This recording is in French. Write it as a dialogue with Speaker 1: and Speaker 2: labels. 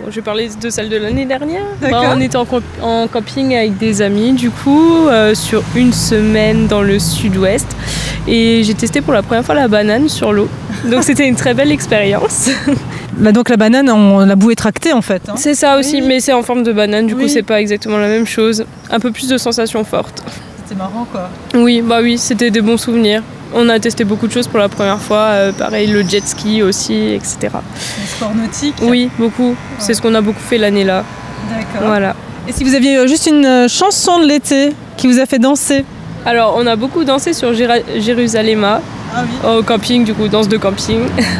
Speaker 1: Bon, je vais parler de celle de l'année dernière.
Speaker 2: D'accord.
Speaker 1: Bah, on était en, camp- en camping avec des amis, du coup, euh, sur une semaine dans le sud-ouest. Et j'ai testé pour la première fois la banane sur l'eau. Donc c'était une très belle expérience.
Speaker 2: Bah, donc la banane, on, la boue est tractée en fait. hein.
Speaker 1: C'est ça aussi,
Speaker 2: Oui.
Speaker 1: mais c'est en forme de banane, du
Speaker 2: Oui.
Speaker 1: coup c'est pas exactement la même chose. Un peu plus de sensations fortes.
Speaker 2: C'était marrant quoi.
Speaker 1: Oui, bah oui, c'était des bons souvenirs. On a testé beaucoup de choses pour la première fois, euh, pareil le jet ski aussi, etc.
Speaker 2: Le sport nautique.
Speaker 1: Oui, beaucoup.
Speaker 2: Ouais.
Speaker 1: C'est ce qu'on a beaucoup fait l'année là.
Speaker 2: D'accord.
Speaker 1: Voilà.
Speaker 2: Et si vous aviez euh, juste une euh, chanson de l'été qui vous a fait danser
Speaker 1: Alors on a beaucoup dansé sur Jéra- Jérusalem
Speaker 2: Ah oui.
Speaker 1: au camping, du coup danse de camping.